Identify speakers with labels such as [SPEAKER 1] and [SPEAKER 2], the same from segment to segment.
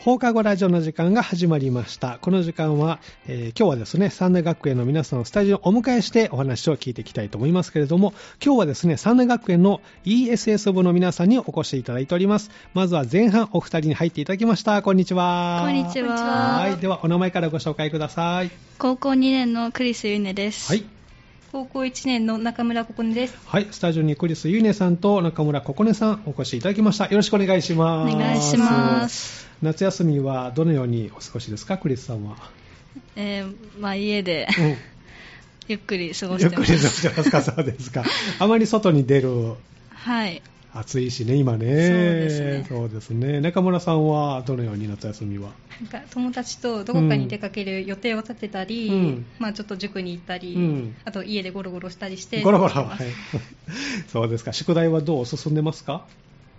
[SPEAKER 1] 放課後ラジオの時間が始まりました。この時間は、えー今日はですね、三大学園の皆さんをスタジオにお迎えしてお話を聞いていきたいと思いますけれども、今日はですね、三大学園の ESS 部の皆さんにお越しいただいております。まずは前半お二人に入っていただきました。こんにちは。
[SPEAKER 2] こんにちは
[SPEAKER 1] はい。では、お名前からご紹介ください。
[SPEAKER 2] 高校2年のクリスゆねです。
[SPEAKER 1] はい。
[SPEAKER 2] 高校1年の中村ここねです。
[SPEAKER 1] はい、スタジオにクリスゆいねさんと中村ここねさんお越しいただきました。よろしくお願いし
[SPEAKER 2] お
[SPEAKER 1] ます。
[SPEAKER 2] 願いします。
[SPEAKER 1] 夏休みはどのようにお過ごしですか、クリスさん は。
[SPEAKER 2] えー、まあ家で ゆっくり過
[SPEAKER 1] うん
[SPEAKER 2] ご
[SPEAKER 1] ゆ
[SPEAKER 2] し
[SPEAKER 1] ってく
[SPEAKER 2] ま
[SPEAKER 1] り過ご
[SPEAKER 2] す。
[SPEAKER 1] してますか、そうです か。あまり外に出る、
[SPEAKER 2] はい。
[SPEAKER 1] 暑いしね、今ね。そうですね。中村さんはどのように夏休みは。
[SPEAKER 3] なんか友達とどこかに出かける予定を立てたり、
[SPEAKER 1] うん
[SPEAKER 3] まあ、ちょっと塾に行ったり、
[SPEAKER 1] うん
[SPEAKER 3] あと家でゴロゴロしたりして
[SPEAKER 1] ゴロゴロ、
[SPEAKER 3] 過ごしてま
[SPEAKER 1] は い
[SPEAKER 3] す、い、。
[SPEAKER 1] そうですか。宿題はどう進んでますか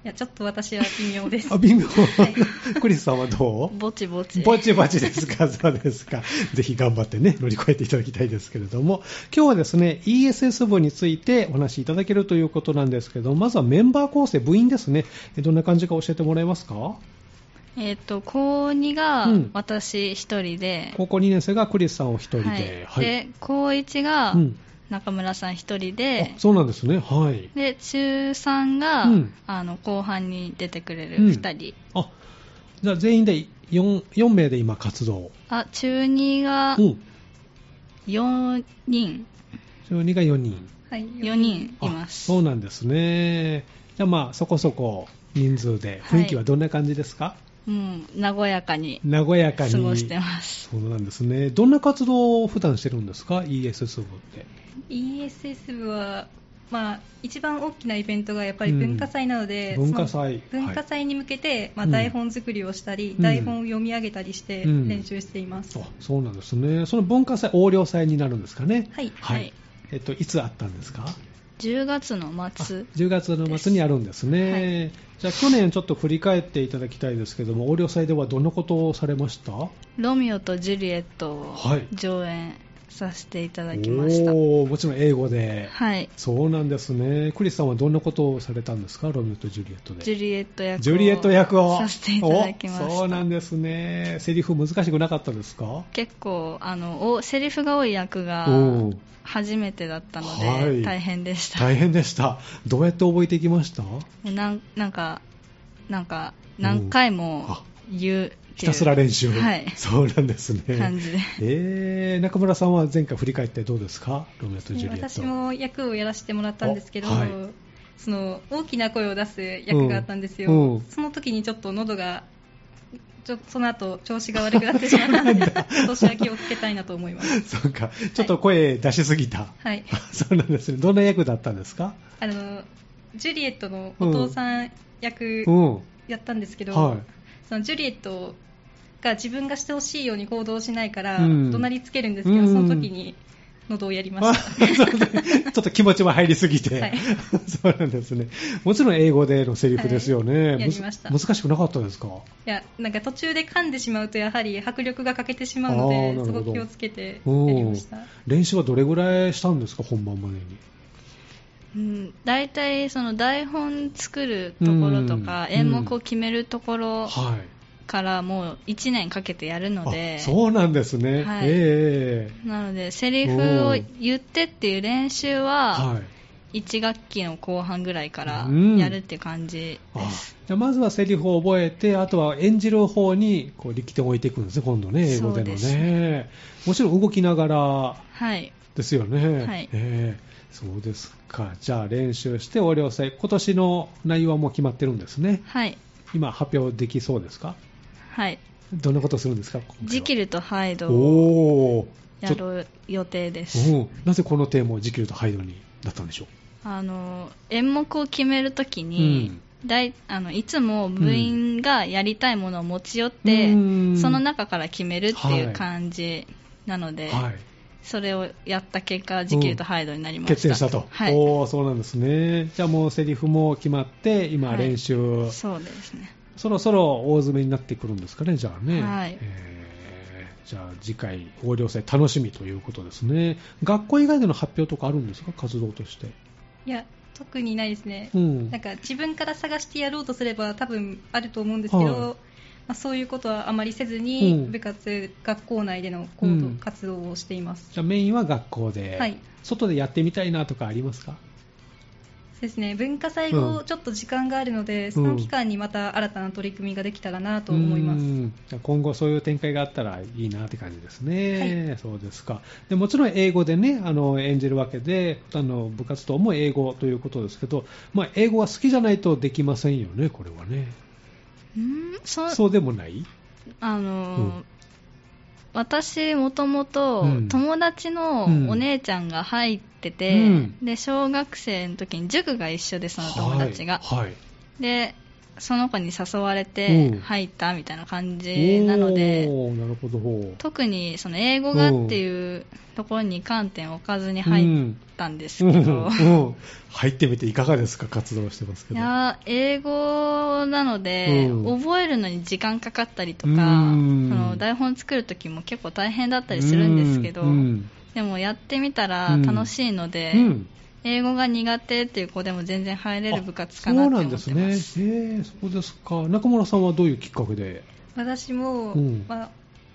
[SPEAKER 3] やちょっと私は微妙です
[SPEAKER 1] あ、ビンゴ。 クリスさんはどう
[SPEAKER 2] ぼちぼち。
[SPEAKER 1] ぼちぼちですか、そうですか。ぜひ頑張ってね、乗り越えていただきたいですけれども、今日はですね、ESS 部についてお話しいただけるということなんですけど、まずはメンバー構成、部員ですね。えどんな感じか教えてもらえますか
[SPEAKER 2] えっ、と、高2が
[SPEAKER 1] うん
[SPEAKER 2] 私一人で。
[SPEAKER 1] 高校2年生がクリスさんを一人
[SPEAKER 2] はい
[SPEAKER 1] で。はい。
[SPEAKER 2] で、高1が
[SPEAKER 1] うん
[SPEAKER 2] 中村さん一人
[SPEAKER 1] あ
[SPEAKER 2] で。
[SPEAKER 1] そうなんですね。はい。
[SPEAKER 2] で、中3が、
[SPEAKER 1] うん
[SPEAKER 2] あの、後半に出てくれる
[SPEAKER 1] うん
[SPEAKER 2] 2人。
[SPEAKER 1] あ、じゃあ全員で 4, 4名で今活動。
[SPEAKER 2] あ、中2が
[SPEAKER 1] うん。
[SPEAKER 2] 4人、
[SPEAKER 1] 12が4人。
[SPEAKER 3] はい、
[SPEAKER 2] 4人いま
[SPEAKER 1] あ
[SPEAKER 2] す。
[SPEAKER 1] そうなんですね。じゃあまあ、そこそこ人数で、雰囲気はどんな感じですか、
[SPEAKER 2] うん、和やかに
[SPEAKER 1] 和やかに
[SPEAKER 2] 過ごしてます。
[SPEAKER 1] そうなんですね。どんな活動を普段してるんですか ?ESS 部って。
[SPEAKER 3] ESS 部は、まあ、一番大きなイベントがやっぱり文化祭なので、
[SPEAKER 1] うん文化祭
[SPEAKER 3] その
[SPEAKER 1] はい
[SPEAKER 3] 文化祭に向けて、まあ、
[SPEAKER 1] うん
[SPEAKER 3] 台本作りをしたり、
[SPEAKER 1] うん
[SPEAKER 3] 台本を読み上げたりして
[SPEAKER 1] うん
[SPEAKER 3] 練習しています、
[SPEAKER 1] あ、そうなんですね。その文化祭、横領祭になるんですかね。
[SPEAKER 3] はい
[SPEAKER 2] はい
[SPEAKER 1] えっと、いつあったんですか
[SPEAKER 2] 10月の
[SPEAKER 1] あ
[SPEAKER 2] 末、
[SPEAKER 1] 10月の末にあるんですね。じゃあ、去年ちょっと振り返っていただきたいですけども、横領祭ではどんなことをされました
[SPEAKER 2] ロミオとジュリエットを
[SPEAKER 1] はい
[SPEAKER 2] 上演させていただきました。
[SPEAKER 1] おーもちろん英語で。
[SPEAKER 2] はい。
[SPEAKER 1] そうなんですね。クリスさんはどんなことをされたんですかロミオとジュリエットで。
[SPEAKER 2] ジュリエット役を
[SPEAKER 1] ジュリエット役を
[SPEAKER 2] させていただきました。
[SPEAKER 1] おそうなんですね。セリフ難しくなかったですか
[SPEAKER 2] 結構あのおセリフが多い役が
[SPEAKER 1] うん
[SPEAKER 2] 初めてだったので、
[SPEAKER 1] はい
[SPEAKER 2] 大変でした。
[SPEAKER 1] 大変でした。どうやって覚えていきました
[SPEAKER 2] なんなんかなんか何回
[SPEAKER 1] うんあ
[SPEAKER 2] も言うっていう
[SPEAKER 1] ひたすら練習。
[SPEAKER 2] はい
[SPEAKER 1] そうなんです
[SPEAKER 2] 感
[SPEAKER 1] ね。
[SPEAKER 2] じで。
[SPEAKER 1] えー、中村さんは前回振り返ってどうですかロメオとジュリエット。
[SPEAKER 3] 私も役をやらせてもらったんですけど、
[SPEAKER 1] おはい
[SPEAKER 3] その大きな声を出す役があったんですよ、
[SPEAKER 1] うんうん
[SPEAKER 3] その時にちょっと喉がちょその後調子が悪くなってしまった ので今年は気をつけたいなと思います
[SPEAKER 1] そうか。ちょっと声出しすぎた。
[SPEAKER 3] はい
[SPEAKER 1] あそうなんですね。どんな役だったんですか
[SPEAKER 3] あのジュリエットのお父さん役
[SPEAKER 1] うん。
[SPEAKER 3] やったんですけど、
[SPEAKER 1] は
[SPEAKER 3] そのジュリエットが自分がしてほしいように行動しないから、
[SPEAKER 1] うん
[SPEAKER 3] 怒鳴りつけるんですけど、
[SPEAKER 1] うん
[SPEAKER 3] その時に喉をやりま
[SPEAKER 1] あ
[SPEAKER 3] した
[SPEAKER 1] そうねちょっと気持ちも入りすぎて、
[SPEAKER 3] はい
[SPEAKER 1] そうなんですね。もちろん英語でのセリフですよ
[SPEAKER 3] は
[SPEAKER 1] ね。
[SPEAKER 3] いやりました
[SPEAKER 1] むず難しくなかったですか
[SPEAKER 3] いやなんか途中で噛んでしまうとやはり迫力が欠けてしまうの
[SPEAKER 1] あーなる
[SPEAKER 3] で
[SPEAKER 1] ほ
[SPEAKER 3] す
[SPEAKER 1] ど
[SPEAKER 3] ごく気をつけてや
[SPEAKER 1] うん
[SPEAKER 3] りました
[SPEAKER 1] 練習はどれぐらいしたんですか本番までに。
[SPEAKER 2] うん、大体その台本作るところとか、
[SPEAKER 1] うん
[SPEAKER 2] 演目を決めるところ
[SPEAKER 1] はい。
[SPEAKER 2] からもう1年かけてやるので
[SPEAKER 1] あ、そうなんですね。
[SPEAKER 2] はい
[SPEAKER 1] ええ
[SPEAKER 2] なのでセリフを言ってっていう練習は
[SPEAKER 1] はい。
[SPEAKER 2] 1学期の後半ぐらいから
[SPEAKER 1] うん
[SPEAKER 2] やるっていう感じ
[SPEAKER 1] あじゃあまずはセリフを覚えて、あとは演じる方にこう力点を置いていくんですね、今度ね、英語での
[SPEAKER 2] そうです
[SPEAKER 1] ね。もちろん動きながら
[SPEAKER 2] はい
[SPEAKER 1] ですよね。
[SPEAKER 2] はい
[SPEAKER 1] ええそうですか。じゃあ練習して横領祭、今年の内容はもう決まってるんですね。
[SPEAKER 2] はい
[SPEAKER 1] 今発表できそうですか
[SPEAKER 2] はい
[SPEAKER 1] どんなことするんですか
[SPEAKER 2] ジキ
[SPEAKER 1] ル
[SPEAKER 2] ルとハイドを
[SPEAKER 1] おお
[SPEAKER 2] やる予定です、
[SPEAKER 1] うん、なぜこのテーマをジキルとハイドになったんでしょ
[SPEAKER 2] あの演目を決めるときに、だいあのいつも部員がやりたいものを持ち寄って、
[SPEAKER 1] うん
[SPEAKER 2] その中から決めるってい
[SPEAKER 1] はいう
[SPEAKER 2] 感じなの
[SPEAKER 1] う
[SPEAKER 2] で、
[SPEAKER 1] はい
[SPEAKER 2] それをやった結果時給とハイドになりました、
[SPEAKER 1] 決定したと、
[SPEAKER 2] はい
[SPEAKER 1] おおそうなんですねじゃあもうセリフも決まって今
[SPEAKER 2] はい
[SPEAKER 1] 練習、
[SPEAKER 2] そうですね
[SPEAKER 1] そろそろ大詰めになってくるんですかねじゃあね、
[SPEAKER 2] はい
[SPEAKER 1] えーじゃあ次回横領祭楽しみということですね学校以外での発表とかあるんですか活動として
[SPEAKER 3] いや特にないですね、
[SPEAKER 1] うん
[SPEAKER 3] なんか自分から探してやろうとすれば多分あると思うんですけど、
[SPEAKER 1] はい
[SPEAKER 3] まあ、そういうことはあまりせずに、
[SPEAKER 1] うん
[SPEAKER 3] 部活学校内での行動、
[SPEAKER 1] うん
[SPEAKER 3] 活動をしています
[SPEAKER 1] じゃあメインは学校で、
[SPEAKER 3] はい
[SPEAKER 1] 外でやってみたいなとかありますか
[SPEAKER 3] そうですね文化祭
[SPEAKER 1] う
[SPEAKER 3] 後
[SPEAKER 1] ん
[SPEAKER 3] ちょっと時間があるので、その期間にまた新たな取り組みができたらなと思います、
[SPEAKER 1] うんじゃあ今後そういう展開があったらいいなって感じですね、そうですかでもちろん英語でねあの演じるわけであの部活動も英語ということですけど、まあ、英語は好きじゃないとできませんよねこれはね
[SPEAKER 2] うんそ
[SPEAKER 1] そうでもない
[SPEAKER 2] あのー
[SPEAKER 1] うん
[SPEAKER 2] 私もともと
[SPEAKER 1] うん
[SPEAKER 2] 友達の
[SPEAKER 1] うん
[SPEAKER 2] お姉ちゃんが入ってて、
[SPEAKER 1] うん
[SPEAKER 2] で小学生の時に塾が一緒でその友達が、
[SPEAKER 1] はい、はい
[SPEAKER 2] でその子に誘われて
[SPEAKER 1] うん
[SPEAKER 2] 入ったみたいな感じなので、
[SPEAKER 1] おーなるほど
[SPEAKER 2] 特にその英語がっていうところに観点を置かずに
[SPEAKER 1] う
[SPEAKER 2] 入っ
[SPEAKER 1] ん
[SPEAKER 2] たんですけど、
[SPEAKER 1] うんうん入ってみていかがですか活動してますけ
[SPEAKER 2] い
[SPEAKER 1] ど
[SPEAKER 2] やー英語なので、
[SPEAKER 1] うん
[SPEAKER 2] 覚えるのに時間かかったりとか、
[SPEAKER 1] うん
[SPEAKER 2] その台本作るときも結構大変だったりするんですけど、
[SPEAKER 1] うんうん
[SPEAKER 2] でもやってみたら楽しいので、
[SPEAKER 1] うん
[SPEAKER 2] 英語が苦手っていう子でも全然入れる部活かなって思ってます
[SPEAKER 1] そうなんですね。へえそうですか。中村さんはどういうきっかけで。
[SPEAKER 3] 私も、
[SPEAKER 1] うん
[SPEAKER 3] まあ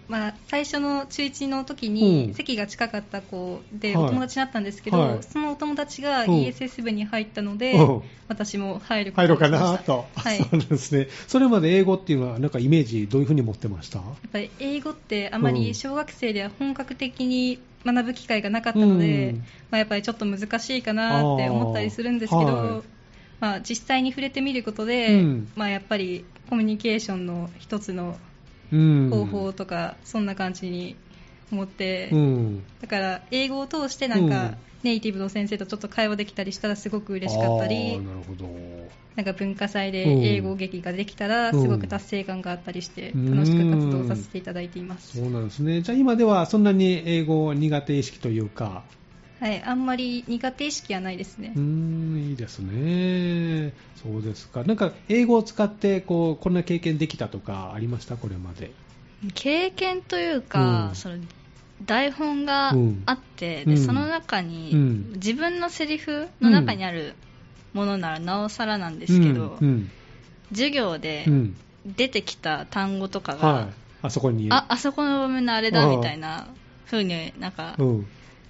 [SPEAKER 3] まあ、最初の中1の時
[SPEAKER 1] うん
[SPEAKER 3] に席が近かった子で
[SPEAKER 1] はい
[SPEAKER 3] お友達になったんですけど、
[SPEAKER 1] はい
[SPEAKER 3] そのお友達が
[SPEAKER 1] うん
[SPEAKER 3] ESS 部に入ったので、
[SPEAKER 1] うん
[SPEAKER 3] 私も入ること
[SPEAKER 1] 入
[SPEAKER 3] に
[SPEAKER 1] ろう
[SPEAKER 3] しま
[SPEAKER 1] か
[SPEAKER 3] した
[SPEAKER 1] なと、
[SPEAKER 3] はい、や
[SPEAKER 1] そうなんですね。それまで英語っていうのはなんかイメージどういうふうに持ってました？
[SPEAKER 3] っぱり英語ってあま
[SPEAKER 1] うん
[SPEAKER 3] り小学生では本格的に学ぶ機会がなかったので、
[SPEAKER 1] うん
[SPEAKER 3] まあ、やっぱりちょっと難しいかなって思ったりするんですけ
[SPEAKER 1] あ
[SPEAKER 3] ど、
[SPEAKER 1] ーはい
[SPEAKER 3] まあ、実際に触れてみることで、
[SPEAKER 1] うん
[SPEAKER 3] まあ、やっぱりコミュニケーションの一つの
[SPEAKER 1] うん
[SPEAKER 3] 方法とか、そんな感じに思って。
[SPEAKER 1] うん。
[SPEAKER 3] だから英語を通してなんか、
[SPEAKER 1] うん
[SPEAKER 3] ネイティブの先生とちょっと会話できたりしたらすごく嬉しかった
[SPEAKER 1] あー
[SPEAKER 3] り
[SPEAKER 1] なるほど。
[SPEAKER 3] なんか文化祭で
[SPEAKER 1] うん
[SPEAKER 3] 英語劇ができたらすごく達成感があったりして
[SPEAKER 1] うん
[SPEAKER 3] 楽しく活動させていただいています、
[SPEAKER 1] そうなんですね。じゃあ今ではそんなに英語苦手意識というか、
[SPEAKER 3] はい、あんまり苦手意識はないですね
[SPEAKER 1] うーんいいですね。そうですか。なんか英語を使ってこうこんな経験できたとかありましたこれまで？
[SPEAKER 2] 経験というか、
[SPEAKER 1] うん
[SPEAKER 2] その台本があって、
[SPEAKER 1] うん
[SPEAKER 2] で
[SPEAKER 1] うん
[SPEAKER 2] その中に、
[SPEAKER 1] うん
[SPEAKER 2] 自分のセリフの中にあるものならなおさらなんですけど、
[SPEAKER 1] うんうん
[SPEAKER 2] 授業で
[SPEAKER 1] うん
[SPEAKER 2] 出てきた単語とかが、
[SPEAKER 1] はい。あそこに。
[SPEAKER 2] ああそこの場面のあれ
[SPEAKER 1] あ
[SPEAKER 2] だ
[SPEAKER 1] ー
[SPEAKER 2] みたいな風になんか
[SPEAKER 1] うん。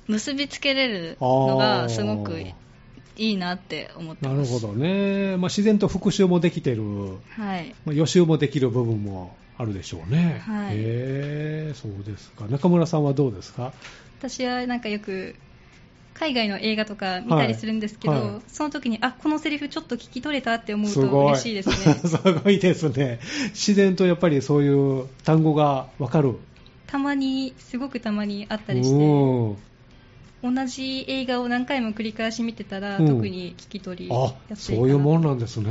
[SPEAKER 2] 結びつけれる
[SPEAKER 1] あー
[SPEAKER 2] のがすごくいいなって思って
[SPEAKER 1] な
[SPEAKER 2] ます。
[SPEAKER 1] るほどね、まあ、自然と復習もできてる、
[SPEAKER 2] はい、
[SPEAKER 1] まあ、予習もできる部分もあるでしょうね、
[SPEAKER 2] はい
[SPEAKER 1] へえそうですか中村さんはどうですか、
[SPEAKER 3] 私はなんかよく海外の映画とか見たりするんですけど、
[SPEAKER 1] はいはい
[SPEAKER 3] その時にあこのセリフちょっと聞き取れたって思う
[SPEAKER 1] す
[SPEAKER 3] と
[SPEAKER 1] ごい
[SPEAKER 3] 嬉しいですね
[SPEAKER 1] すごいですね、自然とやっぱりそういう単語がわかる、
[SPEAKER 3] たまにすごくたまにあったりして
[SPEAKER 1] うん
[SPEAKER 3] 同じ映画を何回も繰り返し見てたら、
[SPEAKER 1] うん
[SPEAKER 3] 特に聞き取りや
[SPEAKER 1] あ
[SPEAKER 3] すいかな
[SPEAKER 1] そういうもんなんですね、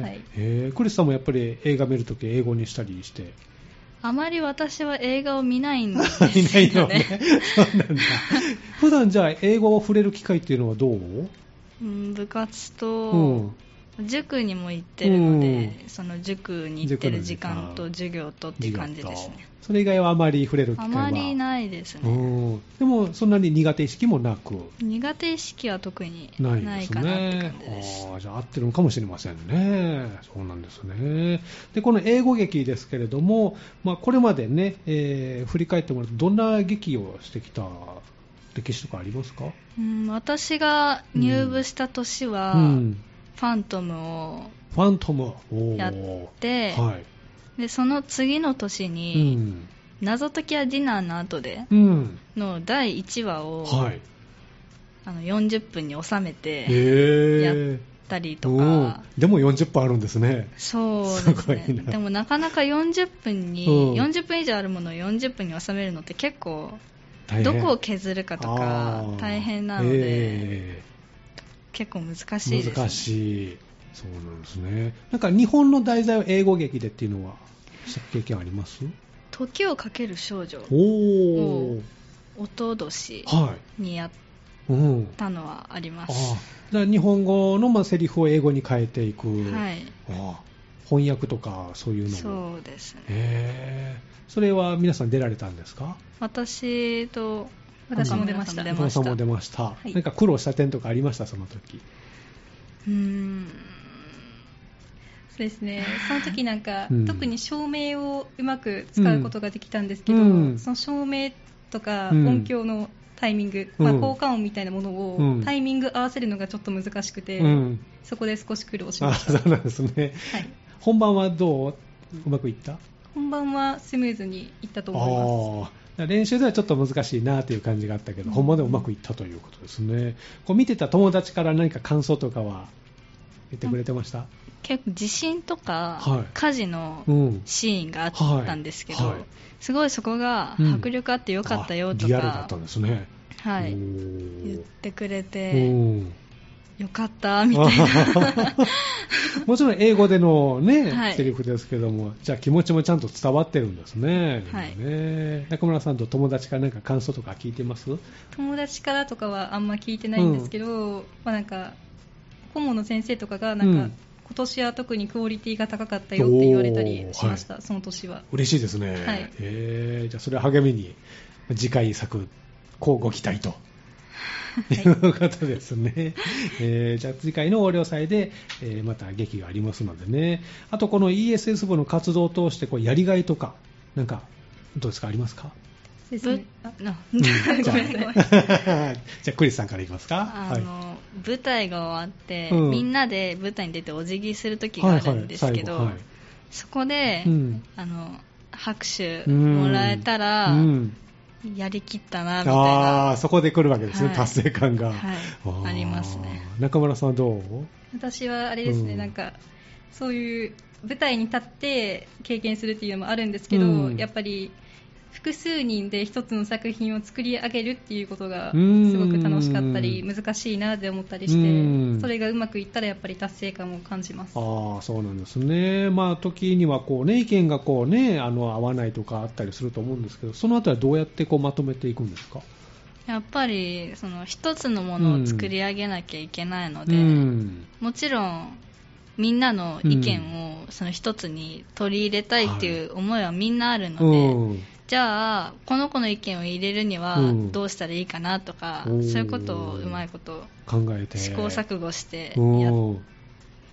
[SPEAKER 3] はい
[SPEAKER 1] へえクリスさんもやっぱり映画見るとき、英語にしたり して。
[SPEAKER 2] あまり私は映画を見ないんで
[SPEAKER 1] いな
[SPEAKER 2] す
[SPEAKER 1] いの
[SPEAKER 2] よ
[SPEAKER 1] ね
[SPEAKER 2] ね。。
[SPEAKER 1] そうなんだ。普段じゃあ英語を触れる機会っていうのはどう
[SPEAKER 2] うん部活
[SPEAKER 1] う
[SPEAKER 2] と
[SPEAKER 1] ん
[SPEAKER 2] 塾にも行ってるので、
[SPEAKER 1] う
[SPEAKER 2] その塾に行ってる時間と授
[SPEAKER 1] 塾
[SPEAKER 2] 業とっていう感じですね。
[SPEAKER 1] それ以外はあまり触れる機
[SPEAKER 2] あ
[SPEAKER 1] 会は
[SPEAKER 2] まりないです
[SPEAKER 1] う
[SPEAKER 2] ね。
[SPEAKER 1] んでもそんなに苦手意識もなく
[SPEAKER 2] 苦手意識は特にな
[SPEAKER 1] ないで
[SPEAKER 2] い
[SPEAKER 1] す
[SPEAKER 2] かなって
[SPEAKER 1] ね
[SPEAKER 2] 感じです。
[SPEAKER 1] あーじゃあ合ってるのかもしれませんねそうなんですねでこの英語劇ですけれども、まあ、これまでね、えー振り返ってもらうとどんな劇をしてきた歴史とかありますか
[SPEAKER 2] うん、私が入部した年は、
[SPEAKER 1] うん
[SPEAKER 2] ファントムを
[SPEAKER 1] ファントムおー
[SPEAKER 2] やって、
[SPEAKER 1] はい
[SPEAKER 2] でその次の年
[SPEAKER 1] う
[SPEAKER 2] に、
[SPEAKER 1] ん、
[SPEAKER 2] 謎解きやディナーの後で
[SPEAKER 1] うん、
[SPEAKER 2] の第1話を、
[SPEAKER 1] はい
[SPEAKER 2] あの40分に収め
[SPEAKER 1] へ
[SPEAKER 2] てやっ
[SPEAKER 1] え
[SPEAKER 2] たりと
[SPEAKER 1] うん
[SPEAKER 2] か、
[SPEAKER 1] でも40分あるんですね
[SPEAKER 2] そうですね
[SPEAKER 1] すごいな
[SPEAKER 2] でもなかなか40分
[SPEAKER 1] う
[SPEAKER 2] に、
[SPEAKER 1] ん
[SPEAKER 2] 40分以上あるものを40分に収めるのって結構
[SPEAKER 1] 大変
[SPEAKER 2] どこを削るかと
[SPEAKER 1] あ
[SPEAKER 2] か
[SPEAKER 1] ー
[SPEAKER 2] 大変なので、
[SPEAKER 1] え
[SPEAKER 2] 結構難しい
[SPEAKER 1] え
[SPEAKER 2] です、ね、
[SPEAKER 1] 難しいそうなんですねなんか日本の題材を英語劇でっていうのはした経験あります
[SPEAKER 2] 時をかける少女
[SPEAKER 1] おお
[SPEAKER 2] うんおととし
[SPEAKER 1] は
[SPEAKER 2] にやっ
[SPEAKER 1] いうん
[SPEAKER 2] たのはありま
[SPEAKER 1] あ
[SPEAKER 2] す
[SPEAKER 1] あじゃあ日本語のまあセリフを英語に変えていく、
[SPEAKER 2] はい
[SPEAKER 1] ああ翻訳とかそういうのも
[SPEAKER 2] そうですね
[SPEAKER 1] へえそれは皆さん出られたんですか
[SPEAKER 2] 私と
[SPEAKER 3] 私も出ました
[SPEAKER 2] 出
[SPEAKER 1] お
[SPEAKER 2] ま
[SPEAKER 1] 父さ
[SPEAKER 2] し
[SPEAKER 1] ん
[SPEAKER 2] た
[SPEAKER 1] も
[SPEAKER 2] う
[SPEAKER 1] 出ました、
[SPEAKER 3] い
[SPEAKER 1] なんか苦労した点とかありましたその時
[SPEAKER 2] ーん
[SPEAKER 4] そうですねその時なんか、
[SPEAKER 1] うん
[SPEAKER 4] 特に照明をうまく使うことができたんですけど、
[SPEAKER 1] うん
[SPEAKER 4] その照明とか
[SPEAKER 1] うん
[SPEAKER 4] 音響のタイミング、
[SPEAKER 1] うん
[SPEAKER 4] まあ、効果音みたいなもの
[SPEAKER 1] う
[SPEAKER 4] を
[SPEAKER 1] ん
[SPEAKER 4] タイミング合わせるのがちょっと難しくて、
[SPEAKER 1] うん。
[SPEAKER 4] そこで少し苦労し
[SPEAKER 1] あ、
[SPEAKER 4] まし
[SPEAKER 1] そうなんですね。
[SPEAKER 4] た、はい、
[SPEAKER 1] 本番はどううまくいった
[SPEAKER 4] 本番はスムーズにいったと思
[SPEAKER 1] あ
[SPEAKER 4] い
[SPEAKER 1] あー練習ではちょっと難しいなという感じがあったけど、
[SPEAKER 4] うん
[SPEAKER 1] 本番でうまくいったということですね。こう見てた友達から何か感想とかは言ってくれてました、
[SPEAKER 2] 結構地震とか
[SPEAKER 1] はい
[SPEAKER 2] 火事の
[SPEAKER 1] うん。
[SPEAKER 2] シーンがあったんですけど、
[SPEAKER 1] はいはい
[SPEAKER 2] すごいそこが
[SPEAKER 1] うん
[SPEAKER 2] 迫力あってよかったよ
[SPEAKER 1] あ
[SPEAKER 2] と
[SPEAKER 1] リアルだっ
[SPEAKER 2] か
[SPEAKER 1] た、んですね。
[SPEAKER 2] はい、
[SPEAKER 1] お
[SPEAKER 2] 言っ
[SPEAKER 1] ー
[SPEAKER 2] てくれ
[SPEAKER 1] う
[SPEAKER 2] て、
[SPEAKER 1] ん。
[SPEAKER 2] よかったみたいな、
[SPEAKER 1] もちろん英語でのね、
[SPEAKER 2] はい
[SPEAKER 1] セリフですけども、じゃあ気持ちもちゃんと伝わってるんですね。
[SPEAKER 2] はい
[SPEAKER 1] ね中村さんと友達から何か感想とか聞いてます
[SPEAKER 4] ます友達からとかはあんま聞いてないんですけど、まあ、なんか顧問の先生とかがなん
[SPEAKER 1] う
[SPEAKER 4] か、
[SPEAKER 1] ん
[SPEAKER 4] 今年は特にクオリティが高かったよって言われたりしました、その年は。
[SPEAKER 1] 嬉しいですね。
[SPEAKER 4] はい
[SPEAKER 1] えーじゃあそれを励みに、次回作、こうご期待と。
[SPEAKER 4] い
[SPEAKER 1] いうことですね。えーじゃあ次回の横領祭で、えーまた劇がありますのでね。あとこの ESS 部の活動を通して、こうやりがいとか、なんか、どうですかありますか
[SPEAKER 4] そうです
[SPEAKER 2] ぶ
[SPEAKER 4] ねあ
[SPEAKER 2] な
[SPEAKER 1] うん
[SPEAKER 4] ごめんなさい。
[SPEAKER 1] じゃあクリスさんからいきますか。
[SPEAKER 2] あの、舞台が終わって、
[SPEAKER 1] うん
[SPEAKER 2] みんなで舞台に出てお辞儀する時があるんですけど、
[SPEAKER 1] はいはい
[SPEAKER 2] そこで、
[SPEAKER 1] うん
[SPEAKER 2] あの拍手
[SPEAKER 1] うん
[SPEAKER 2] もらえた
[SPEAKER 1] 最
[SPEAKER 2] ら、
[SPEAKER 1] 後はいうん
[SPEAKER 2] やりきったなみたい
[SPEAKER 1] あ
[SPEAKER 2] な
[SPEAKER 1] あ、そこで来るわけですね、
[SPEAKER 2] はい
[SPEAKER 1] 達成感が。
[SPEAKER 2] はい
[SPEAKER 1] ー
[SPEAKER 2] ありますね。
[SPEAKER 1] 中村さんはどう
[SPEAKER 4] 私はあれですね、
[SPEAKER 1] うん
[SPEAKER 4] なんかそういう舞台に立って経験するっていうのもあるんですけど、
[SPEAKER 1] うん
[SPEAKER 4] やっぱり複数人で一つの作品を作り上げるっていうことが
[SPEAKER 1] うん
[SPEAKER 4] すごく楽しかったり難しいなって思ったりして、
[SPEAKER 1] うん
[SPEAKER 4] それがうまくいったらやっぱり達成感を感じます。
[SPEAKER 1] ああそうなんですね、まあ、時にはこう、ね、意見がこう、ね、あの合わないとかあったりすると思うんですけど、そのあたりはどうやってこうまとめていくんですか
[SPEAKER 2] やっぱりその一つのものを作り上げなきゃいけないの
[SPEAKER 1] う
[SPEAKER 2] で、
[SPEAKER 1] ん
[SPEAKER 2] もちろんみんなの意見をその一つに取り入れたいっていう思いはみんなあるので、
[SPEAKER 1] うん
[SPEAKER 2] じゃあこの子の意見を入れるには
[SPEAKER 1] うん
[SPEAKER 2] どうしたらいいかなとか、
[SPEAKER 1] おー
[SPEAKER 2] そういうことをうまいこと
[SPEAKER 1] 考えて
[SPEAKER 2] 試行錯誤してや
[SPEAKER 1] うん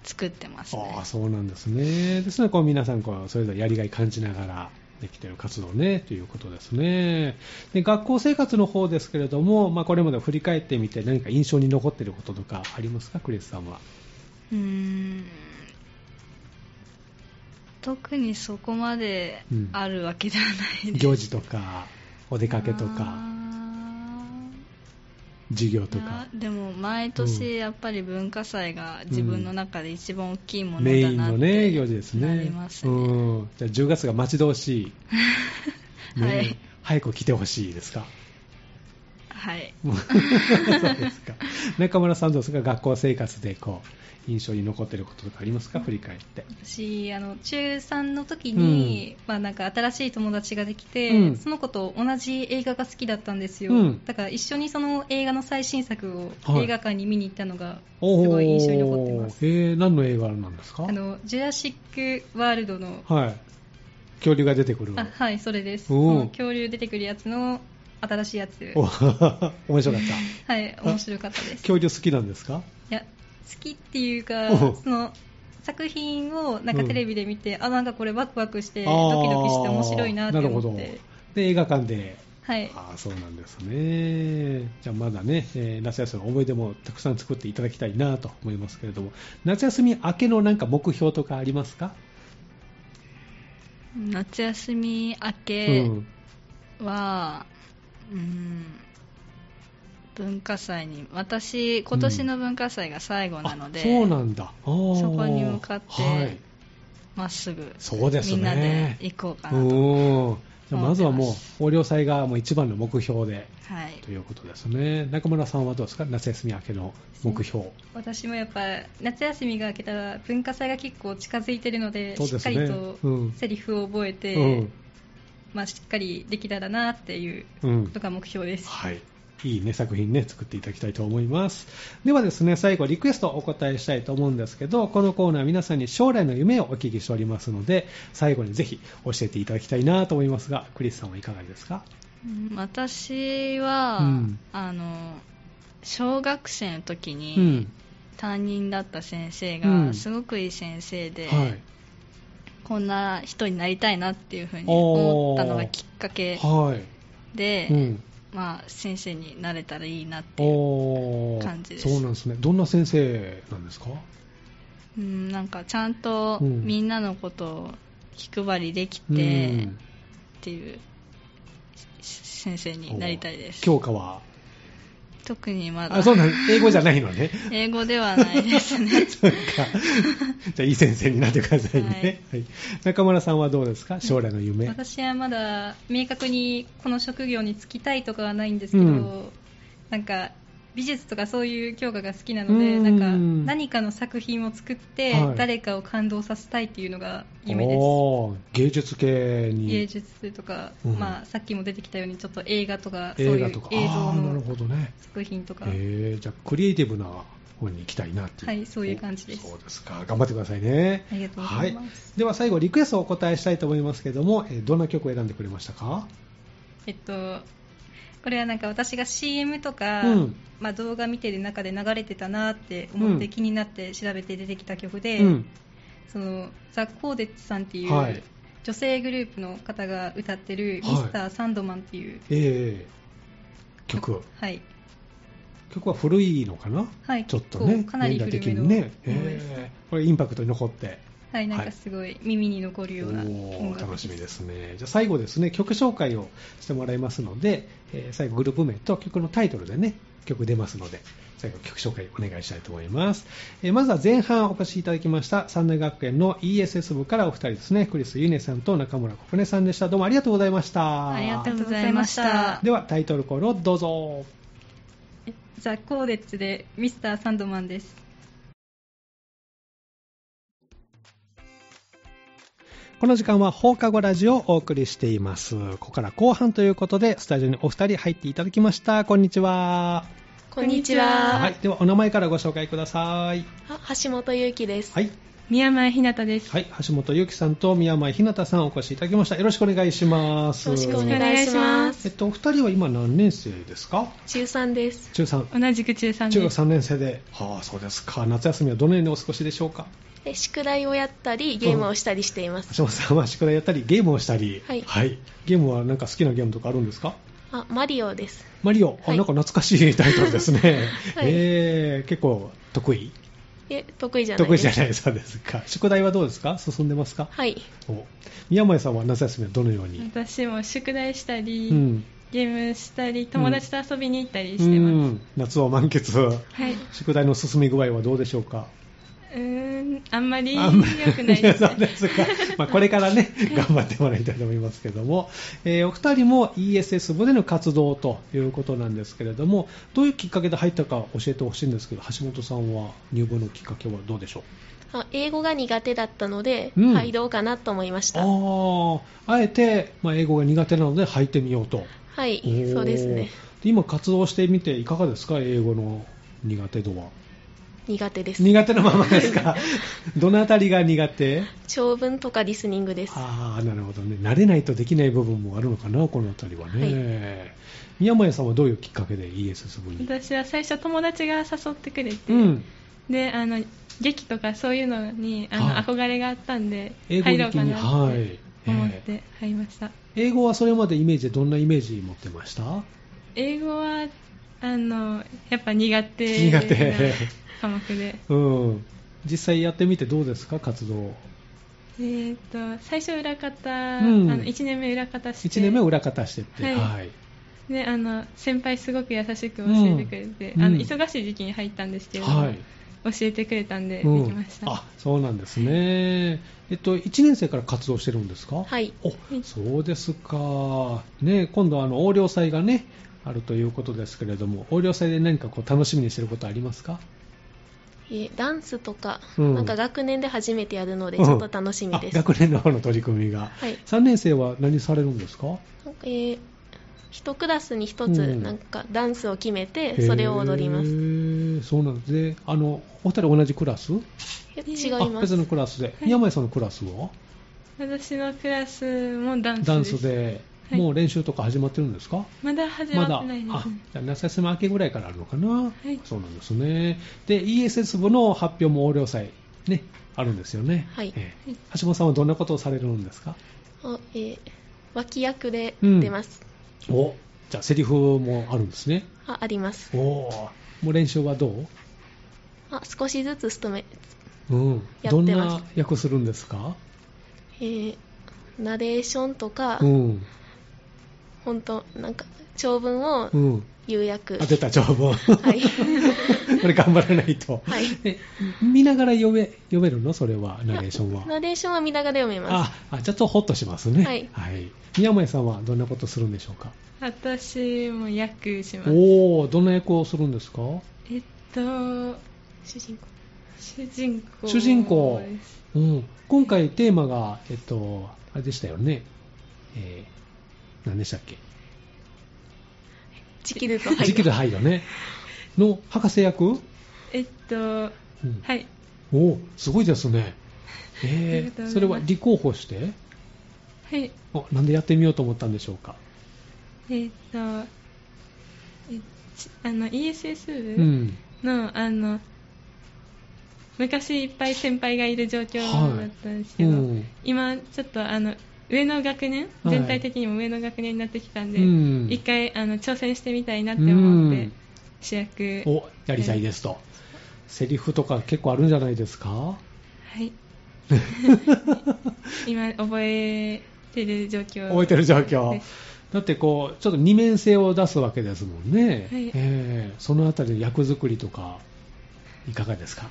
[SPEAKER 2] 作ってます
[SPEAKER 1] あ
[SPEAKER 2] ね
[SPEAKER 1] あそうなんですね。ですのでこう皆さんこうそれぞれやりがい感じながらできている活動ねということですね。で学校生活の方ですけれども、まあ、これまで振り返ってみて何か印象に残っていることとかありますかクリスさんは。
[SPEAKER 2] うーん特にそこまであるわけではないです、
[SPEAKER 1] 行事とかお出かけとか
[SPEAKER 2] あー
[SPEAKER 1] 授業とか
[SPEAKER 2] あ。でも毎
[SPEAKER 1] うん
[SPEAKER 2] 年やっぱり文化祭が自分の中で一番大きいもの
[SPEAKER 1] メ
[SPEAKER 2] だ
[SPEAKER 1] イン
[SPEAKER 2] な
[SPEAKER 1] の
[SPEAKER 2] っ
[SPEAKER 1] ね、
[SPEAKER 2] て
[SPEAKER 1] 行事ですね。
[SPEAKER 2] なりますね
[SPEAKER 1] うん。じゃあ10月が待ち遠し い。
[SPEAKER 2] は
[SPEAKER 1] ね
[SPEAKER 2] い、
[SPEAKER 1] 早く来てほしいですか。
[SPEAKER 2] はい
[SPEAKER 1] もうそうですか。 中村さんどうですか学校生活でこう、印象に残っていることとかありますか振り返って。
[SPEAKER 4] 私あの中3の時に、まあ、なんか新しい友達ができて、
[SPEAKER 1] うん
[SPEAKER 4] その子と同じ映画が好きだったんですよ、
[SPEAKER 1] うん
[SPEAKER 4] だから一緒にその映画の最新作を
[SPEAKER 1] はい
[SPEAKER 4] 映画館に見に行ったのがす
[SPEAKER 1] おー
[SPEAKER 4] ごい印象に残ってます、
[SPEAKER 1] えー、何の映画なんですか
[SPEAKER 4] あのジュラシック・ワールドの、
[SPEAKER 1] はい。恐竜が出てくる。
[SPEAKER 4] あはいそれですそ
[SPEAKER 1] おー
[SPEAKER 4] の恐竜出てくるやつの新しいやつ
[SPEAKER 1] お 面白かった。
[SPEAKER 4] はい面白かったです
[SPEAKER 1] 恐竜好きなんですか
[SPEAKER 4] いや好きっていうか
[SPEAKER 1] お
[SPEAKER 4] その作品をなんかテレビで見て、あなんかこれワクワクして
[SPEAKER 1] あー
[SPEAKER 4] ドキドキして面白いなって
[SPEAKER 1] なるほ
[SPEAKER 4] 思っ
[SPEAKER 1] ど。
[SPEAKER 4] て
[SPEAKER 1] で、映画館で
[SPEAKER 4] はい
[SPEAKER 1] ああそうなんですね。じゃあまだね、えー夏休みの思い出もたくさん作っていただきたいなと思いますけれども、夏休み明けのなんか目標とかありますか、
[SPEAKER 2] 夏休み明
[SPEAKER 1] う
[SPEAKER 2] け
[SPEAKER 1] ん、
[SPEAKER 2] は、うん、文化祭に私今年の文化祭が最後なので、
[SPEAKER 1] あそうなんだ。そ
[SPEAKER 2] そこに向かって
[SPEAKER 1] はい、
[SPEAKER 2] まっすぐ
[SPEAKER 1] そうですね。
[SPEAKER 2] みんなで行こうかなと、
[SPEAKER 1] うんじゃあまずは
[SPEAKER 2] 思
[SPEAKER 1] もう
[SPEAKER 2] ってま、
[SPEAKER 1] 横領祭がもう一番の目標で
[SPEAKER 2] はい
[SPEAKER 1] ということですね。中村さんはどうですか夏休み明けの目標。
[SPEAKER 4] 私もやっぱ夏休みが明けたら文化祭が結構近づいてるので
[SPEAKER 1] そう
[SPEAKER 4] し
[SPEAKER 1] で
[SPEAKER 4] っ
[SPEAKER 1] す
[SPEAKER 4] か
[SPEAKER 1] ね
[SPEAKER 4] りと
[SPEAKER 1] うん
[SPEAKER 4] セリフを覚えて、
[SPEAKER 1] うん
[SPEAKER 4] まあ、しっかりできたらなっていう
[SPEAKER 1] うん
[SPEAKER 4] ことが目標です、
[SPEAKER 1] はい。いいね、作品ね、作っていただきたいと思います。ではですね、最後、リクエストお答えしたいと思うんですけど、このコーナー皆さんに将来の夢をお聞きしておりますので、最後にぜひ教えていただきたいなと思いますが、クリスさんはいかがですか
[SPEAKER 2] うん私は、
[SPEAKER 1] うん
[SPEAKER 2] あの小学生の時に、
[SPEAKER 1] うん。
[SPEAKER 2] 担任だった先生
[SPEAKER 1] うん
[SPEAKER 2] がすごくいい先生で、
[SPEAKER 1] はい
[SPEAKER 2] こんな人になりたいなっていうふうに思ったのがきっかけ
[SPEAKER 1] は
[SPEAKER 2] で、
[SPEAKER 1] い、うん、
[SPEAKER 2] まあ、先生になれたらいいなっていう、
[SPEAKER 1] おー
[SPEAKER 2] 感じです
[SPEAKER 1] そうなんですねどんな先生なんですか
[SPEAKER 2] うん、なんかちゃんと
[SPEAKER 1] うん
[SPEAKER 2] みんなのことを気配りでき
[SPEAKER 1] う
[SPEAKER 2] て、っ
[SPEAKER 1] ん
[SPEAKER 2] ていうし先生になりたいです
[SPEAKER 1] 教科は
[SPEAKER 2] 特にまだ
[SPEAKER 1] あそうなん英語じゃないのね
[SPEAKER 2] 英語ではないですね
[SPEAKER 1] そうかじゃあいい先生になってくださいね、はい中村さんはどうですか将来の夢、
[SPEAKER 3] 私はまだ明確にこの職業に就きたいとかはないんですけど、
[SPEAKER 1] うん
[SPEAKER 3] なんか美術とかそういう教科が好きなので、
[SPEAKER 1] うん
[SPEAKER 3] なんか何かの作品を作って
[SPEAKER 1] はい
[SPEAKER 3] 誰かを感動させたいっていうのが夢です、
[SPEAKER 1] おー芸術系に
[SPEAKER 3] 芸術とか、
[SPEAKER 1] うん
[SPEAKER 3] まあ、さっきも出てきたようにちょっと映画とかそう
[SPEAKER 1] 映
[SPEAKER 3] い
[SPEAKER 1] 画
[SPEAKER 3] う
[SPEAKER 1] とか
[SPEAKER 3] 映像
[SPEAKER 1] あーなる
[SPEAKER 3] の
[SPEAKER 1] ほどね
[SPEAKER 3] 作品とか
[SPEAKER 1] えー、じゃあクリエイティブな方に行きたいなっていう、
[SPEAKER 3] はいそういう感じです
[SPEAKER 1] おそうですか頑張ってくださいね
[SPEAKER 3] ありがとうございます、
[SPEAKER 1] はい、では最後リクエストをお答えしたいと思いますけども、えーどんな曲を選んでくれましたか
[SPEAKER 3] えっとこれはなんか私が CM とか、
[SPEAKER 1] うん
[SPEAKER 3] まあ、動画見てる中で流れてたなって思っ
[SPEAKER 1] う
[SPEAKER 3] て
[SPEAKER 1] ん
[SPEAKER 3] 気になって調べて出てきた曲で、
[SPEAKER 1] うん
[SPEAKER 3] そのザ・コーデッツさんっていう、
[SPEAKER 1] はい
[SPEAKER 3] 女性グループの方が歌ってる「
[SPEAKER 1] はい
[SPEAKER 3] ミスターサンドマンっていう
[SPEAKER 1] えー、曲
[SPEAKER 3] はい、
[SPEAKER 1] 曲は古いのかな、
[SPEAKER 3] はい
[SPEAKER 1] ちょっとね
[SPEAKER 3] 結構かなり古めの
[SPEAKER 1] 年代的にね、
[SPEAKER 3] ものです
[SPEAKER 1] えーこれインパクトに残って
[SPEAKER 3] はい、なんかすごい耳に残るような
[SPEAKER 1] お
[SPEAKER 3] 音
[SPEAKER 1] ー
[SPEAKER 3] 楽
[SPEAKER 1] 楽しみですねじゃあ最後ですね曲紹介をしてもらいますので、えー最後グループ名と曲のタイトルでね曲出ますので最後曲紹介お願いしたいと思います、えーまずは前半お越しいただきました三大学園の ESS 部からお二人ですねクリス・ユネさんと中村心音さんでしたどうもありがとうございました
[SPEAKER 2] ありが
[SPEAKER 3] あ
[SPEAKER 2] と
[SPEAKER 3] り
[SPEAKER 2] う
[SPEAKER 3] がとうご
[SPEAKER 2] ござ
[SPEAKER 3] ざ
[SPEAKER 2] い
[SPEAKER 3] い
[SPEAKER 2] ま
[SPEAKER 3] ま
[SPEAKER 2] し
[SPEAKER 3] したた
[SPEAKER 1] ではタイトルコールをどうぞ
[SPEAKER 3] ザ・コーデッツで「ミスターサンドマンです
[SPEAKER 1] この時間は放課後ラジオをお送りしていますここから後半ということでスタジオにお二人入っていただきましたこんにちは
[SPEAKER 5] こんにち
[SPEAKER 3] は
[SPEAKER 5] は
[SPEAKER 1] はい、。ではお名前からご紹介ください。
[SPEAKER 5] あ橋本ゆうきです。
[SPEAKER 1] はい、
[SPEAKER 3] 宮前ひなたです、
[SPEAKER 1] はい、橋本ゆきさんと宮前ひなたさんお越しいただきました。よろしくお願いします。
[SPEAKER 5] よろしくお
[SPEAKER 3] いし
[SPEAKER 5] 願いしま
[SPEAKER 1] えっ
[SPEAKER 5] す。
[SPEAKER 1] と、お二人は今何年生ですか
[SPEAKER 5] 中3です。
[SPEAKER 1] 中3。
[SPEAKER 3] 同じく中3
[SPEAKER 1] 中学3年生で。はあ、そうですか。夏休みはどのようにお過ごしでしょうか
[SPEAKER 5] え宿題をやったり、ゲームをしたりしています。
[SPEAKER 1] 橋本さんは宿題やったり、ゲームをしたり。
[SPEAKER 5] はい
[SPEAKER 1] ゲームはなんか好きなゲームとかあるんですか
[SPEAKER 5] あ、マリオです。
[SPEAKER 1] マリオ、あ
[SPEAKER 5] はい
[SPEAKER 1] なんか懐かしいタイトルですね。
[SPEAKER 5] はい
[SPEAKER 1] えー、結構得意
[SPEAKER 5] いえ、得意じゃない
[SPEAKER 1] 得
[SPEAKER 5] で
[SPEAKER 1] 意
[SPEAKER 5] す。
[SPEAKER 1] じゃないそうですか。宿題はどうですか進んでますか
[SPEAKER 5] はい。
[SPEAKER 1] お宮前さんは夏休みはどのように、
[SPEAKER 3] 私も宿題したり
[SPEAKER 1] うん、
[SPEAKER 3] ゲームしたり
[SPEAKER 1] 友達
[SPEAKER 3] と遊びに行ったり
[SPEAKER 1] うん夏を満喫
[SPEAKER 3] はい
[SPEAKER 1] 宿題の進み具合はどうでしょうか
[SPEAKER 3] うーんあんまり
[SPEAKER 1] あ
[SPEAKER 3] 良
[SPEAKER 1] んまり
[SPEAKER 3] くないです
[SPEAKER 1] そうですか、まあ、これからね頑張ってもらいたいと思いますけども、えーお二人も ESS 部での活動ということなんですけれどもどういうきっかけで入ったか教えてほしいんですけど橋本さんは入部のきっかけはどうでしょう
[SPEAKER 5] あ英語が苦手だったので、
[SPEAKER 1] うん
[SPEAKER 5] はい、どうかなと思いました。
[SPEAKER 1] あああえて、まあ、英語が苦手なので入ってみようと
[SPEAKER 5] はい、そうですね。
[SPEAKER 1] おーで今活動してみていかがですか英語の苦手度は
[SPEAKER 5] 苦手です。
[SPEAKER 1] 苦手のままです かどのあたりが苦手
[SPEAKER 5] 長文とかリスニングです。
[SPEAKER 1] ああなるほどね慣れないとできない部分もあるのかなこのあたりはね、宮前さんはどういうきっかけで ESS 部に
[SPEAKER 4] 私は最初友達が誘ってくれて、
[SPEAKER 1] うん
[SPEAKER 4] であの劇とかそういうのにあの、
[SPEAKER 1] はい
[SPEAKER 4] 憧れがあったんで
[SPEAKER 1] 英語
[SPEAKER 4] 入ろう
[SPEAKER 1] 的
[SPEAKER 4] か
[SPEAKER 1] に
[SPEAKER 4] なって
[SPEAKER 1] はい、
[SPEAKER 4] 思っ
[SPEAKER 1] ええ
[SPEAKER 4] て入りました、
[SPEAKER 1] 英語はそれまでイメージでどんなイメージ持ってました、
[SPEAKER 4] 英語はあのやっぱ苦手な
[SPEAKER 1] 苦手
[SPEAKER 4] 科目で
[SPEAKER 1] うん実際やってみてどうですか活動
[SPEAKER 4] えーと最初裏方、
[SPEAKER 1] うん
[SPEAKER 4] あの1年目裏方して
[SPEAKER 1] 1年目裏方してって
[SPEAKER 4] はい
[SPEAKER 1] はい
[SPEAKER 4] であの先輩すごく優しく教えてくれて、
[SPEAKER 1] うん
[SPEAKER 4] あの
[SPEAKER 1] うん
[SPEAKER 4] 忙しい時期に入ったんですけれども、
[SPEAKER 1] はい
[SPEAKER 4] 教えてくれたんででき
[SPEAKER 1] うん
[SPEAKER 4] ました、
[SPEAKER 1] あそうなんですね、えっと、1年生から活動してるんですか、
[SPEAKER 5] はい
[SPEAKER 1] おそうですか、ね、今度はあの横領祭がねあるということですけれども横領祭で何かこう楽しみにしてることありますか
[SPEAKER 5] えダンスとか、
[SPEAKER 1] うん
[SPEAKER 5] なんか学年で初めてやるので、
[SPEAKER 1] うん
[SPEAKER 5] ちょっと楽しみです。
[SPEAKER 1] あ学年の方の取り組みが、
[SPEAKER 5] はい
[SPEAKER 1] 3年生は何されるんですか
[SPEAKER 5] なんかえー一クラスに一つ、
[SPEAKER 1] うん
[SPEAKER 5] なんかダンスを決めて、それを踊ります
[SPEAKER 1] へ。ーそうなんですねあのお二人同じクラス
[SPEAKER 5] え違
[SPEAKER 1] あ
[SPEAKER 5] います
[SPEAKER 1] 別。のクラスで、宮前さんのクラスは
[SPEAKER 4] 私のクラスもダンス
[SPEAKER 1] ダン
[SPEAKER 4] で
[SPEAKER 1] ス
[SPEAKER 4] す
[SPEAKER 1] で
[SPEAKER 4] はい
[SPEAKER 1] もう練習とか始まってるんですか
[SPEAKER 4] まだ始
[SPEAKER 1] ま
[SPEAKER 4] まっ
[SPEAKER 1] だ、
[SPEAKER 4] てないです、
[SPEAKER 1] あじゃあ夏休み明けぐらいからあるのかな、
[SPEAKER 4] い
[SPEAKER 1] そうなんですね、で ESS 部の発表も横領祭、ね、あるんですよね、
[SPEAKER 5] はい
[SPEAKER 1] ええ橋本さんはどんなことをされるんですか、
[SPEAKER 5] あえー脇役で出ます、
[SPEAKER 1] おじゃあ、セリフもあるんですね、
[SPEAKER 5] ああります
[SPEAKER 1] おもう練習はどう、
[SPEAKER 5] あ少しずつ勤め、
[SPEAKER 1] うん、
[SPEAKER 5] やってます
[SPEAKER 1] どんな役するんですか、
[SPEAKER 5] えーナレーションとか、
[SPEAKER 1] うん
[SPEAKER 5] 本当なんか長文を
[SPEAKER 1] うん、
[SPEAKER 5] 釉薬、
[SPEAKER 1] 当てた長文、
[SPEAKER 5] はい
[SPEAKER 1] これ頑張らないと、
[SPEAKER 5] はい
[SPEAKER 1] え見ながら読め読めるの、それは、ナレーションは。
[SPEAKER 5] ナレーションは見ながら読めます
[SPEAKER 1] ああちょっとホッとしますね、
[SPEAKER 5] はい
[SPEAKER 1] 宮前さんはどんなことするんでしょうか
[SPEAKER 4] 私も役します
[SPEAKER 1] おおどんな役をするんですか
[SPEAKER 4] えっと
[SPEAKER 5] 主人公
[SPEAKER 4] 主人公
[SPEAKER 1] 主人公
[SPEAKER 4] です、
[SPEAKER 1] うん、今回テーマがえっとあれでしたよね、えー、何でしたっけ
[SPEAKER 5] チキルと
[SPEAKER 1] 時期で入るよねの博士役、うん
[SPEAKER 4] えっとはい
[SPEAKER 1] おおすごいですね
[SPEAKER 4] あり
[SPEAKER 1] え
[SPEAKER 4] がとうござい
[SPEAKER 1] ー、
[SPEAKER 4] ます
[SPEAKER 1] それは立候補して
[SPEAKER 4] はい
[SPEAKER 1] おなんでやってみようと思ったんでしょうか、
[SPEAKER 4] えっとえちあの ESS
[SPEAKER 1] う
[SPEAKER 4] 部
[SPEAKER 1] ん、
[SPEAKER 4] のあの昔いっぱい先輩がいる状況
[SPEAKER 1] はい
[SPEAKER 4] だったんです
[SPEAKER 1] う
[SPEAKER 4] けど、
[SPEAKER 1] ん
[SPEAKER 4] 今ちょっとあの上の学年、
[SPEAKER 1] はい
[SPEAKER 4] 全体的にも上の学年になってきたんで、
[SPEAKER 1] うん
[SPEAKER 4] 一回あの挑戦してみたいなって思って、
[SPEAKER 1] うん
[SPEAKER 4] 主役
[SPEAKER 1] おやりたいですと、セリフとか結構あるんじゃないですか
[SPEAKER 4] はい 今覚えてる状況
[SPEAKER 1] 覚えてる状況
[SPEAKER 4] です
[SPEAKER 1] だってこうちょっと二面性を出すわけですもんね、
[SPEAKER 4] はい
[SPEAKER 1] ええそのあたりの役作りとかいかがですか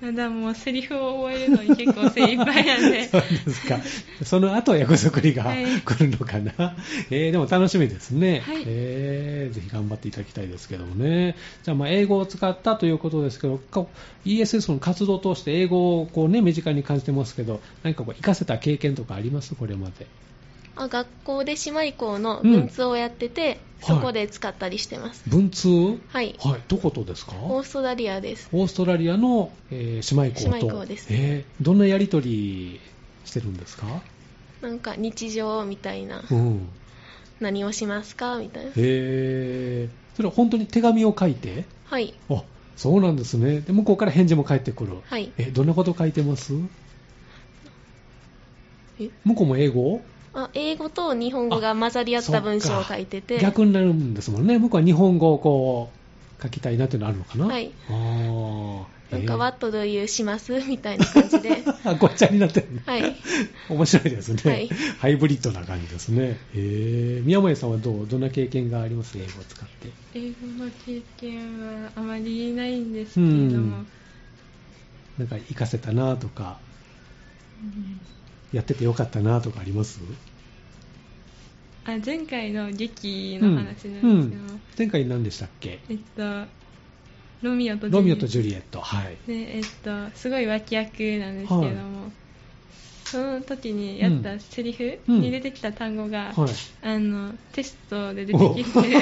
[SPEAKER 4] まだもうセリフを覚えるのに結構精一杯なんで
[SPEAKER 1] そうですかその後役作りが
[SPEAKER 4] はい
[SPEAKER 1] 来るのかな、ええでも楽しみですね、
[SPEAKER 4] はい
[SPEAKER 1] ええぜひ頑張っていただきたいですけどもねじゃあまあ英語を使ったということですけどこう ESS の活動を通して英語をこう、ね、身近に感じてますけど何かこう活かせた経験とかありますこれまで
[SPEAKER 5] あ学校で姉妹校の文通をやってて、
[SPEAKER 1] うん
[SPEAKER 5] そこで使ったりしてます
[SPEAKER 1] 文通
[SPEAKER 5] はい、
[SPEAKER 1] はいどことですか
[SPEAKER 5] オーストラリアです
[SPEAKER 1] オーストラリアの、えー姉妹校と
[SPEAKER 5] 姉妹校です
[SPEAKER 1] えーどんなやり取りしてるんですか、
[SPEAKER 5] なんか日常みたいな、
[SPEAKER 1] うん
[SPEAKER 5] 何をしますかみたいな
[SPEAKER 1] えー、それは本当に手紙を書いて
[SPEAKER 5] はい
[SPEAKER 1] あそうなんですねで向こうから返事も返ってくる、
[SPEAKER 5] はい
[SPEAKER 1] えどんなこと書いてます
[SPEAKER 5] え
[SPEAKER 1] 向こうも英語
[SPEAKER 5] あ英語と日本語が混ざり合った文章を書いてて
[SPEAKER 1] 逆になるんですもんね向こうは日本語をこう書きたいなっていうのあるのかな
[SPEAKER 5] はい
[SPEAKER 1] あー
[SPEAKER 5] なんか
[SPEAKER 1] えー
[SPEAKER 5] 「What do you します?」みたいな感じで
[SPEAKER 1] あごっちゃになってる
[SPEAKER 5] はい
[SPEAKER 1] 面白いですね、
[SPEAKER 5] はい
[SPEAKER 1] ハイブリッドな感じですね、えー、宮前さんはどうどんな経験があります英語を使って
[SPEAKER 4] 英語の経験はあまりないんです
[SPEAKER 1] う
[SPEAKER 4] けれども、
[SPEAKER 1] んなんか活かせたなとか、やっててよかったなとかあります
[SPEAKER 4] あ前回の劇
[SPEAKER 1] う
[SPEAKER 4] の
[SPEAKER 1] ん
[SPEAKER 4] 話なんですけど、
[SPEAKER 1] うん前回何でしたっけ
[SPEAKER 4] えっとロミオとジュリ
[SPEAKER 1] ロミ
[SPEAKER 4] エット
[SPEAKER 1] オとジュリエットはい
[SPEAKER 4] でえっとすごい脇役なんですけれども、その時にやったセリフ
[SPEAKER 1] うん
[SPEAKER 4] に出てきた単語が、
[SPEAKER 1] はい
[SPEAKER 4] あのテストで出てきて、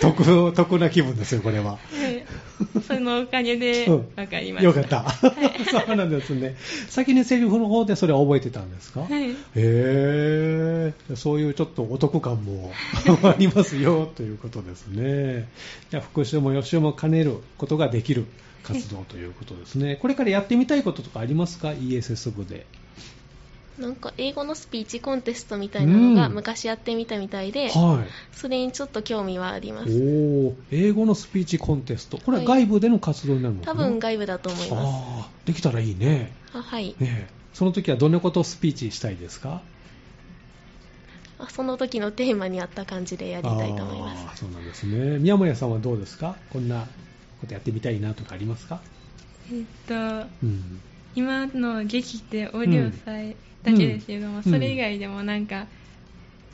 [SPEAKER 1] お得 得な気分ですよこれは
[SPEAKER 4] で そのおかげで
[SPEAKER 1] うん
[SPEAKER 4] 分かりました、
[SPEAKER 1] よかった、 そうなんですね先にセリフの方でそれを覚えてたんですか、
[SPEAKER 4] はい
[SPEAKER 1] へえ、そういうちょっとお得感も ありますよということですね。じゃあ復習も予習も兼ねることができる活動ということですね。これからやってみたいこととかありますか ?ESS 部で。
[SPEAKER 5] なんか英語のスピーチコンテストみたいなのが
[SPEAKER 1] うん
[SPEAKER 5] 昔やってみたみたいで、
[SPEAKER 1] はい。
[SPEAKER 5] それにちょっと興味はあります
[SPEAKER 1] おお、英語のスピーチコンテスト。これは
[SPEAKER 5] はい
[SPEAKER 1] 外部での活動になるのか
[SPEAKER 5] 多
[SPEAKER 1] な
[SPEAKER 5] 分外部だと思います
[SPEAKER 1] ああ、できたらいいね。
[SPEAKER 5] あはい
[SPEAKER 1] ねえその時はどんなことをスピーチしたいですか
[SPEAKER 5] あその時のテーマに合った感じでやりたいと思います
[SPEAKER 1] あーそうなんですね。宮本さんはどうですかこんなことやってみたいなとかありますか
[SPEAKER 4] えっと
[SPEAKER 1] うん。
[SPEAKER 4] 今の劇ってオリオ祭だけですけども、
[SPEAKER 1] うん
[SPEAKER 4] それ以外でもなんか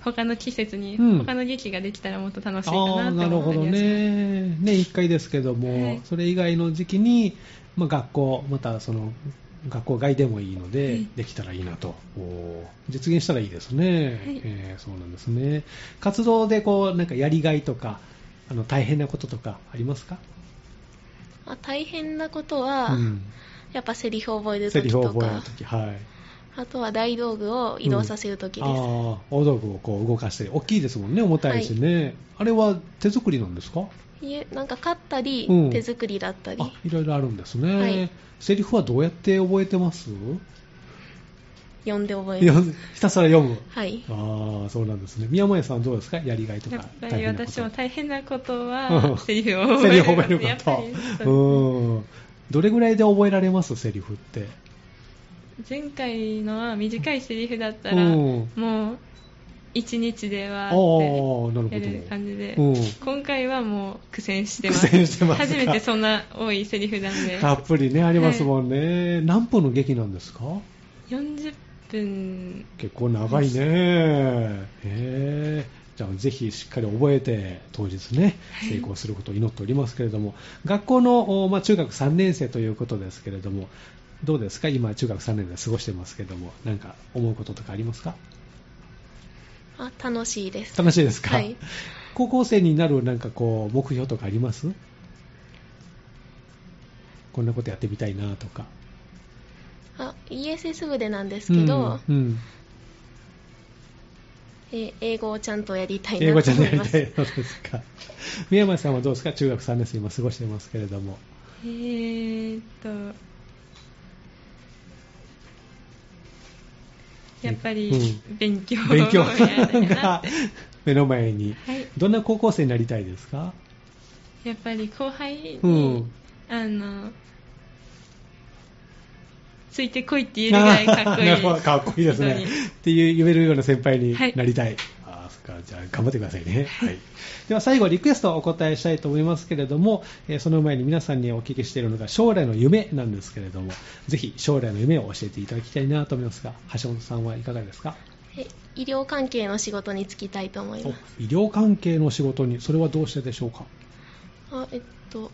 [SPEAKER 4] 他の季節に、
[SPEAKER 1] うん
[SPEAKER 4] 他の劇ができたらもっと楽しいかな
[SPEAKER 1] ああー
[SPEAKER 4] って
[SPEAKER 1] なる
[SPEAKER 4] 思
[SPEAKER 1] ほ
[SPEAKER 4] い
[SPEAKER 1] ど
[SPEAKER 4] ました
[SPEAKER 1] ね、ね1回ですけども、
[SPEAKER 4] はい
[SPEAKER 1] それ以外の時期に、まあ、学校、またその学校外でもいいので、
[SPEAKER 4] はい
[SPEAKER 1] できたらいいなと、おー実現したらいいですね、
[SPEAKER 4] はい
[SPEAKER 1] えーそうなんですね、活動でこうなんかやりがいとか、あの大変なこととかありますか、
[SPEAKER 5] あ大変なことは、
[SPEAKER 1] うん
[SPEAKER 5] やっぱセリフを覚える
[SPEAKER 1] セリ
[SPEAKER 5] 時
[SPEAKER 1] フを
[SPEAKER 5] と
[SPEAKER 1] 覚える
[SPEAKER 5] か
[SPEAKER 1] とき、はい、
[SPEAKER 5] あとは大道具を移動させるときです、
[SPEAKER 1] ああ大道具をこう動かしたり大きいですもんね重たいしね、あれは手作りなんですか
[SPEAKER 5] いえなんか買ったり、
[SPEAKER 1] うん
[SPEAKER 5] 手作りだったり
[SPEAKER 1] あいろいろあるんですね、
[SPEAKER 5] はい
[SPEAKER 1] セリフはどうやって覚えてます
[SPEAKER 5] 読んで覚え
[SPEAKER 1] 読
[SPEAKER 5] ます
[SPEAKER 1] んひたすら読む
[SPEAKER 5] はい
[SPEAKER 1] ああそうなんですね宮前さんどうですかやりがいと
[SPEAKER 4] やっ
[SPEAKER 1] か
[SPEAKER 4] ぱ
[SPEAKER 1] 大変
[SPEAKER 4] り
[SPEAKER 1] なこと
[SPEAKER 4] 私も大変なこと
[SPEAKER 1] うん
[SPEAKER 4] はセリフ を
[SPEAKER 1] セ
[SPEAKER 4] 覚
[SPEAKER 1] リ
[SPEAKER 4] え
[SPEAKER 1] フ覚え
[SPEAKER 4] る
[SPEAKER 1] るこ
[SPEAKER 4] やっぱり
[SPEAKER 1] と
[SPEAKER 4] そう
[SPEAKER 1] うんどれぐらいで覚えられますセリフって
[SPEAKER 4] 前回のは短いセリフだったら、
[SPEAKER 1] うん
[SPEAKER 4] もう1日で
[SPEAKER 1] あ
[SPEAKER 4] は
[SPEAKER 1] あ
[SPEAKER 4] っ
[SPEAKER 1] なるほど
[SPEAKER 4] てやる感じで、
[SPEAKER 1] うん
[SPEAKER 4] 今回はもう苦戦してます
[SPEAKER 1] 苦戦してますか
[SPEAKER 4] 初めてそんな多いセリフなんで
[SPEAKER 1] たっぷりねありますもんね、何分の劇なんですか
[SPEAKER 4] 40分
[SPEAKER 1] 結構長いねへえじゃあぜひしっかり覚えて当日ね成功することを祈っておりますけれども、学校の、おまあ、中学3年生ということですけれどもどうですか今中学3年で過ごしてますけれどもなんか思うこととかありますか
[SPEAKER 5] あ楽しいです
[SPEAKER 1] 楽しいですか、
[SPEAKER 5] はい
[SPEAKER 1] 高校生になるなんかこう目標とかありますこんなことやってみたいなとか
[SPEAKER 5] あ ESS 部でなんですけど、
[SPEAKER 1] うんうん
[SPEAKER 5] えー英語をちゃんとやりたい
[SPEAKER 1] 英語
[SPEAKER 5] な
[SPEAKER 1] ち
[SPEAKER 5] と
[SPEAKER 1] ゃんと
[SPEAKER 5] 思
[SPEAKER 1] やり
[SPEAKER 5] いま
[SPEAKER 1] た
[SPEAKER 5] す
[SPEAKER 1] いそうです か宮前さんはどうですか中学3年生今過ごしてますけれども
[SPEAKER 4] えーっとやっぱり
[SPEAKER 1] う
[SPEAKER 4] 勉強を
[SPEAKER 1] 勉強
[SPEAKER 4] やらなきゃなっ
[SPEAKER 1] が
[SPEAKER 4] て
[SPEAKER 1] 目の前に
[SPEAKER 4] はい
[SPEAKER 1] どんな高校生になりたいですか
[SPEAKER 4] やっぱり後輩に、
[SPEAKER 1] うん
[SPEAKER 4] あのついてこいって言えるぐらいかっこ い
[SPEAKER 1] ないるほどかっこいいですね
[SPEAKER 4] 人に。
[SPEAKER 1] っていう言えるような先輩に
[SPEAKER 4] はい
[SPEAKER 1] なりたい。ああ、そっか。じゃあ、頑張ってくださいね。はい。では、最後、リクエストをお答えしたいと思いますけれども、えーその前に皆さんにお聞きしているのが、将来の夢なんですけれども、ぜひ、将来の夢を教えていただきたいなと思いますが、橋本さんはいかがですか
[SPEAKER 5] え医療関係の仕事に就きたいと思います
[SPEAKER 1] お医療関係の仕事に、それはどうしてでしょうか
[SPEAKER 5] あえっと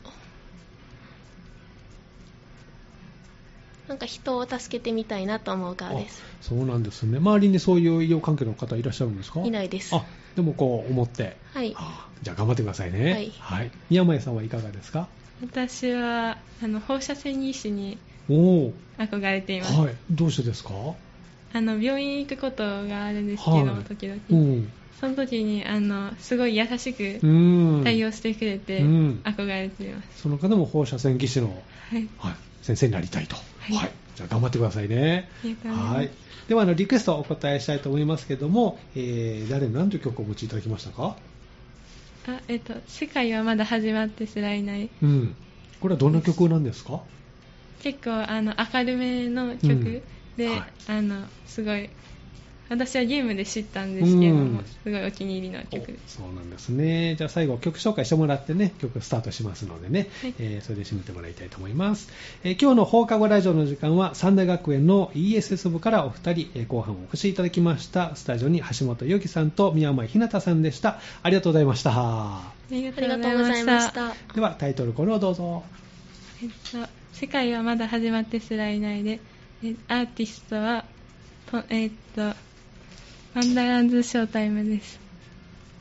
[SPEAKER 5] なんか人を助けてみたいなと思うからです
[SPEAKER 1] あそうなんですね。周りにそういう医療関係の方いらっしゃるんですか
[SPEAKER 5] いないです
[SPEAKER 1] あ、でもこう思って。
[SPEAKER 5] はい
[SPEAKER 1] あじゃあ頑張ってくださいね。
[SPEAKER 5] はい
[SPEAKER 1] はい。宮前さんはいかがですか
[SPEAKER 4] 私はあの放射線技師に
[SPEAKER 1] おお。
[SPEAKER 4] 憧れています、
[SPEAKER 1] はい。どうしてですか
[SPEAKER 4] あの病院行くことがあるんですけど、
[SPEAKER 1] はい
[SPEAKER 4] 時々、
[SPEAKER 1] うん。
[SPEAKER 4] その時にあのすごい優しく
[SPEAKER 1] うん。
[SPEAKER 4] 対応してくれて、
[SPEAKER 1] うん
[SPEAKER 4] 憧れています、
[SPEAKER 1] その方も放射線技師の、
[SPEAKER 4] はい、
[SPEAKER 1] はい、先生になりたいと。はい。
[SPEAKER 4] い
[SPEAKER 1] じゃあ頑張ってくださいね。
[SPEAKER 4] ありがとうございます
[SPEAKER 1] はい。では、あの、リクエストをお答えしたいと思いますけども、えー、誰の何という曲をお持ちいただきましたか
[SPEAKER 4] あえっと「世界はまだ始まってすらいない
[SPEAKER 1] うん。これはどんな曲なんですか」
[SPEAKER 4] 結構あの明るめの
[SPEAKER 1] うん
[SPEAKER 4] 曲で、
[SPEAKER 1] はい
[SPEAKER 4] あのすごい私はゲームで知ったんですけども、
[SPEAKER 1] うん
[SPEAKER 4] すごいお気に入りの曲です
[SPEAKER 1] そうなんですね。じゃあ最後曲紹介してもらってね、曲スタートしますのでね、
[SPEAKER 4] はい
[SPEAKER 1] えーそれで締めてもらいたいと思います。えー今日の放課後ラジオの時間は三大学園の ESS 部からお二人、えー後半お越しいただきました。スタジオに橋本由紀さんと宮前ひなたさんでした。ありがとうございました。
[SPEAKER 4] あり
[SPEAKER 5] ありがとうございました
[SPEAKER 1] ではタイトルコールをどうぞ。
[SPEAKER 4] えっと、世界はまだ始まってすらいないで、えアーティストは、とえっと、ワンダーランズショータイムです。